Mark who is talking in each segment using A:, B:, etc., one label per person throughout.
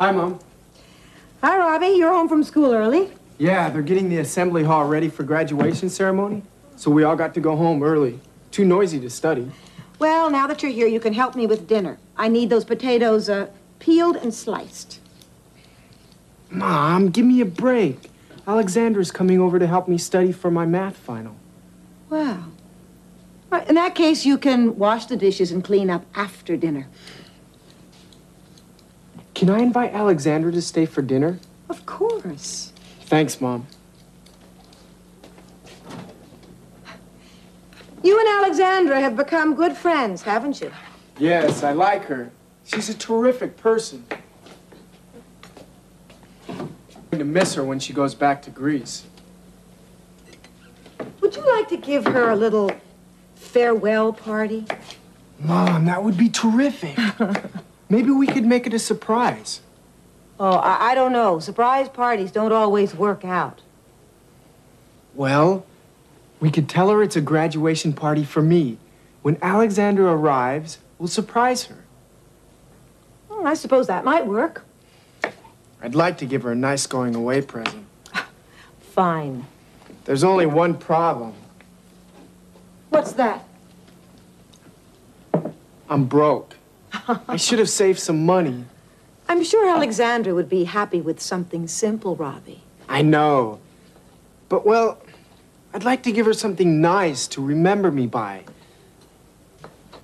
A: Hi, Mom.
B: Hi, Robbie. You're home from school early.
A: Yeah, they're getting the assembly hall ready for graduation ceremony, so we all got to go home early. Too noisy to study.
B: Well, now that you're here, you can help me with dinner. I need those potatoes uh, peeled and sliced.
A: Mom, give me a break. Alexandra's coming over to help me study for my math final.
B: Wow. Well, in that case, you can wash the dishes and clean up after dinner.
A: Can I invite Alexandra to stay for dinner?
B: Of course.
A: Thanks, Mom.
B: You and Alexandra have become good friends, haven't you?
A: Yes, I like her. She's a terrific person. I'm going to miss her when she goes back to Greece.
B: Would you like to give her a little farewell party?
A: Mom, that would be terrific. Maybe we could make it a surprise.
B: Oh, I, I don't know. Surprise parties don't always work out.
A: Well, we could tell her it's a graduation party for me. When Alexandra arrives, we'll surprise her.
B: Well, I suppose that might work.
A: I'd like to give her a nice going away present.
B: Fine.
A: There's only one problem
B: What's that?
A: I'm broke. I should have saved some money.
B: I'm sure Alexandra would be happy with something simple, Robbie.
A: I know. But, well, I'd like to give her something nice to remember me by.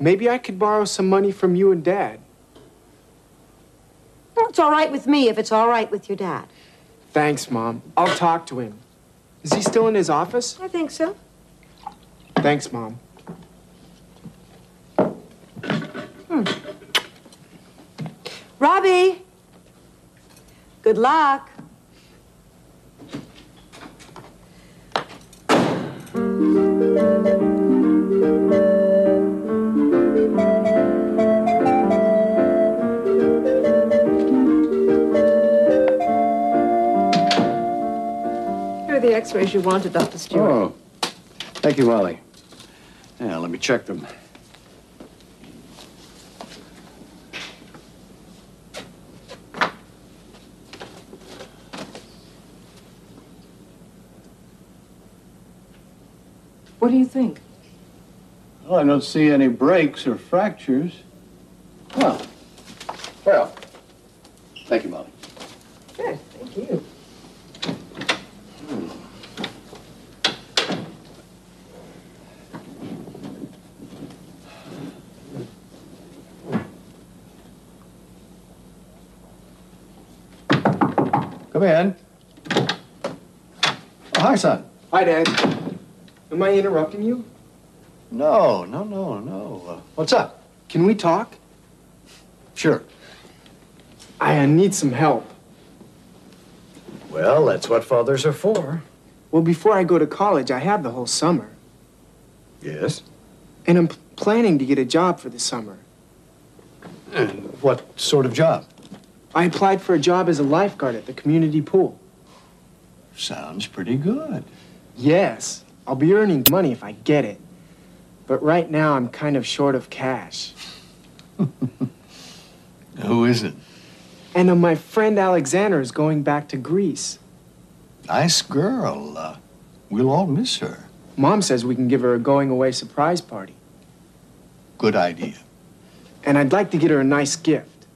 A: Maybe I could borrow some money from you and Dad.
B: Well, It's all right with me if it's all right with your dad.
A: Thanks, Mom. I'll talk to him. Is he still in his office?
B: I think so.
A: Thanks, Mom.
B: Robbie, good luck. Here are the x-rays you wanted, Dr. Stewart.
C: Oh, thank you, Ollie. Yeah, let me check them.
D: What do you think?
C: Well, I don't see any breaks or fractures. Well, well, thank you, Molly.
B: Good, thank you.
C: Come in. Oh, hi, son.
A: Hi, Dad. Am I interrupting you?
C: No, no, no, no. Uh, what's up?
A: Can we talk?
C: Sure.
A: I uh, need some help.
C: Well, that's what fathers are for.
A: Well, before I go to college, I have the whole summer.
C: Yes.
A: And I'm p- planning to get a job for the summer.
C: And what sort of job?
A: I applied for a job as a lifeguard at the community pool.
C: Sounds pretty good.
A: Yes, I'll be earning money if I get it. But right now, I'm kind of short of cash.
C: Who is it?
A: And uh, my friend Alexander is going back to Greece.
C: Nice girl. Uh, we'll all miss her.
A: Mom says we can give her a going away surprise party.
C: Good idea.
A: And I'd like to get her a nice gift.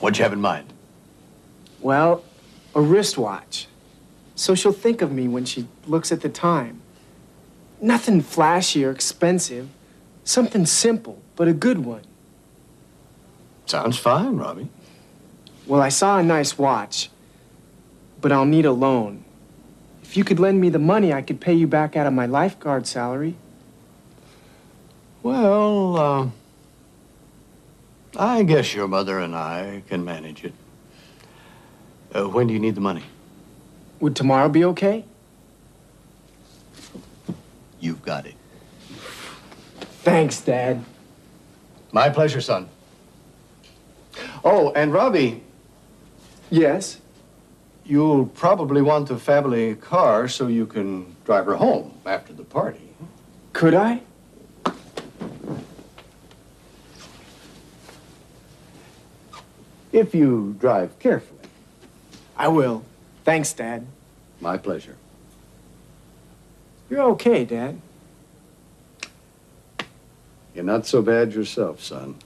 C: What'd you have in mind?
A: Well, a wristwatch. So she'll think of me when she looks at the time. Nothing flashy or expensive. Something simple, but a good one.
C: Sounds fine, Robbie.
A: Well, I saw a nice watch, but I'll need a loan. If you could lend me the money, I could pay you back out of my lifeguard salary.
C: Well, uh, I guess your mother and I can manage it. Uh, when do you need the money?
A: Would tomorrow be okay?
C: You've got it.
A: Thanks, Dad.
C: My pleasure, son. Oh, and Robbie,
A: Yes?
C: you'll probably want the family car so you can drive her home after the party.
A: Could I?
C: if you drive carefully.
A: I will. Thanks, Dad.
C: My pleasure.
A: You're okay, Dad.
C: You're not so bad yourself, son.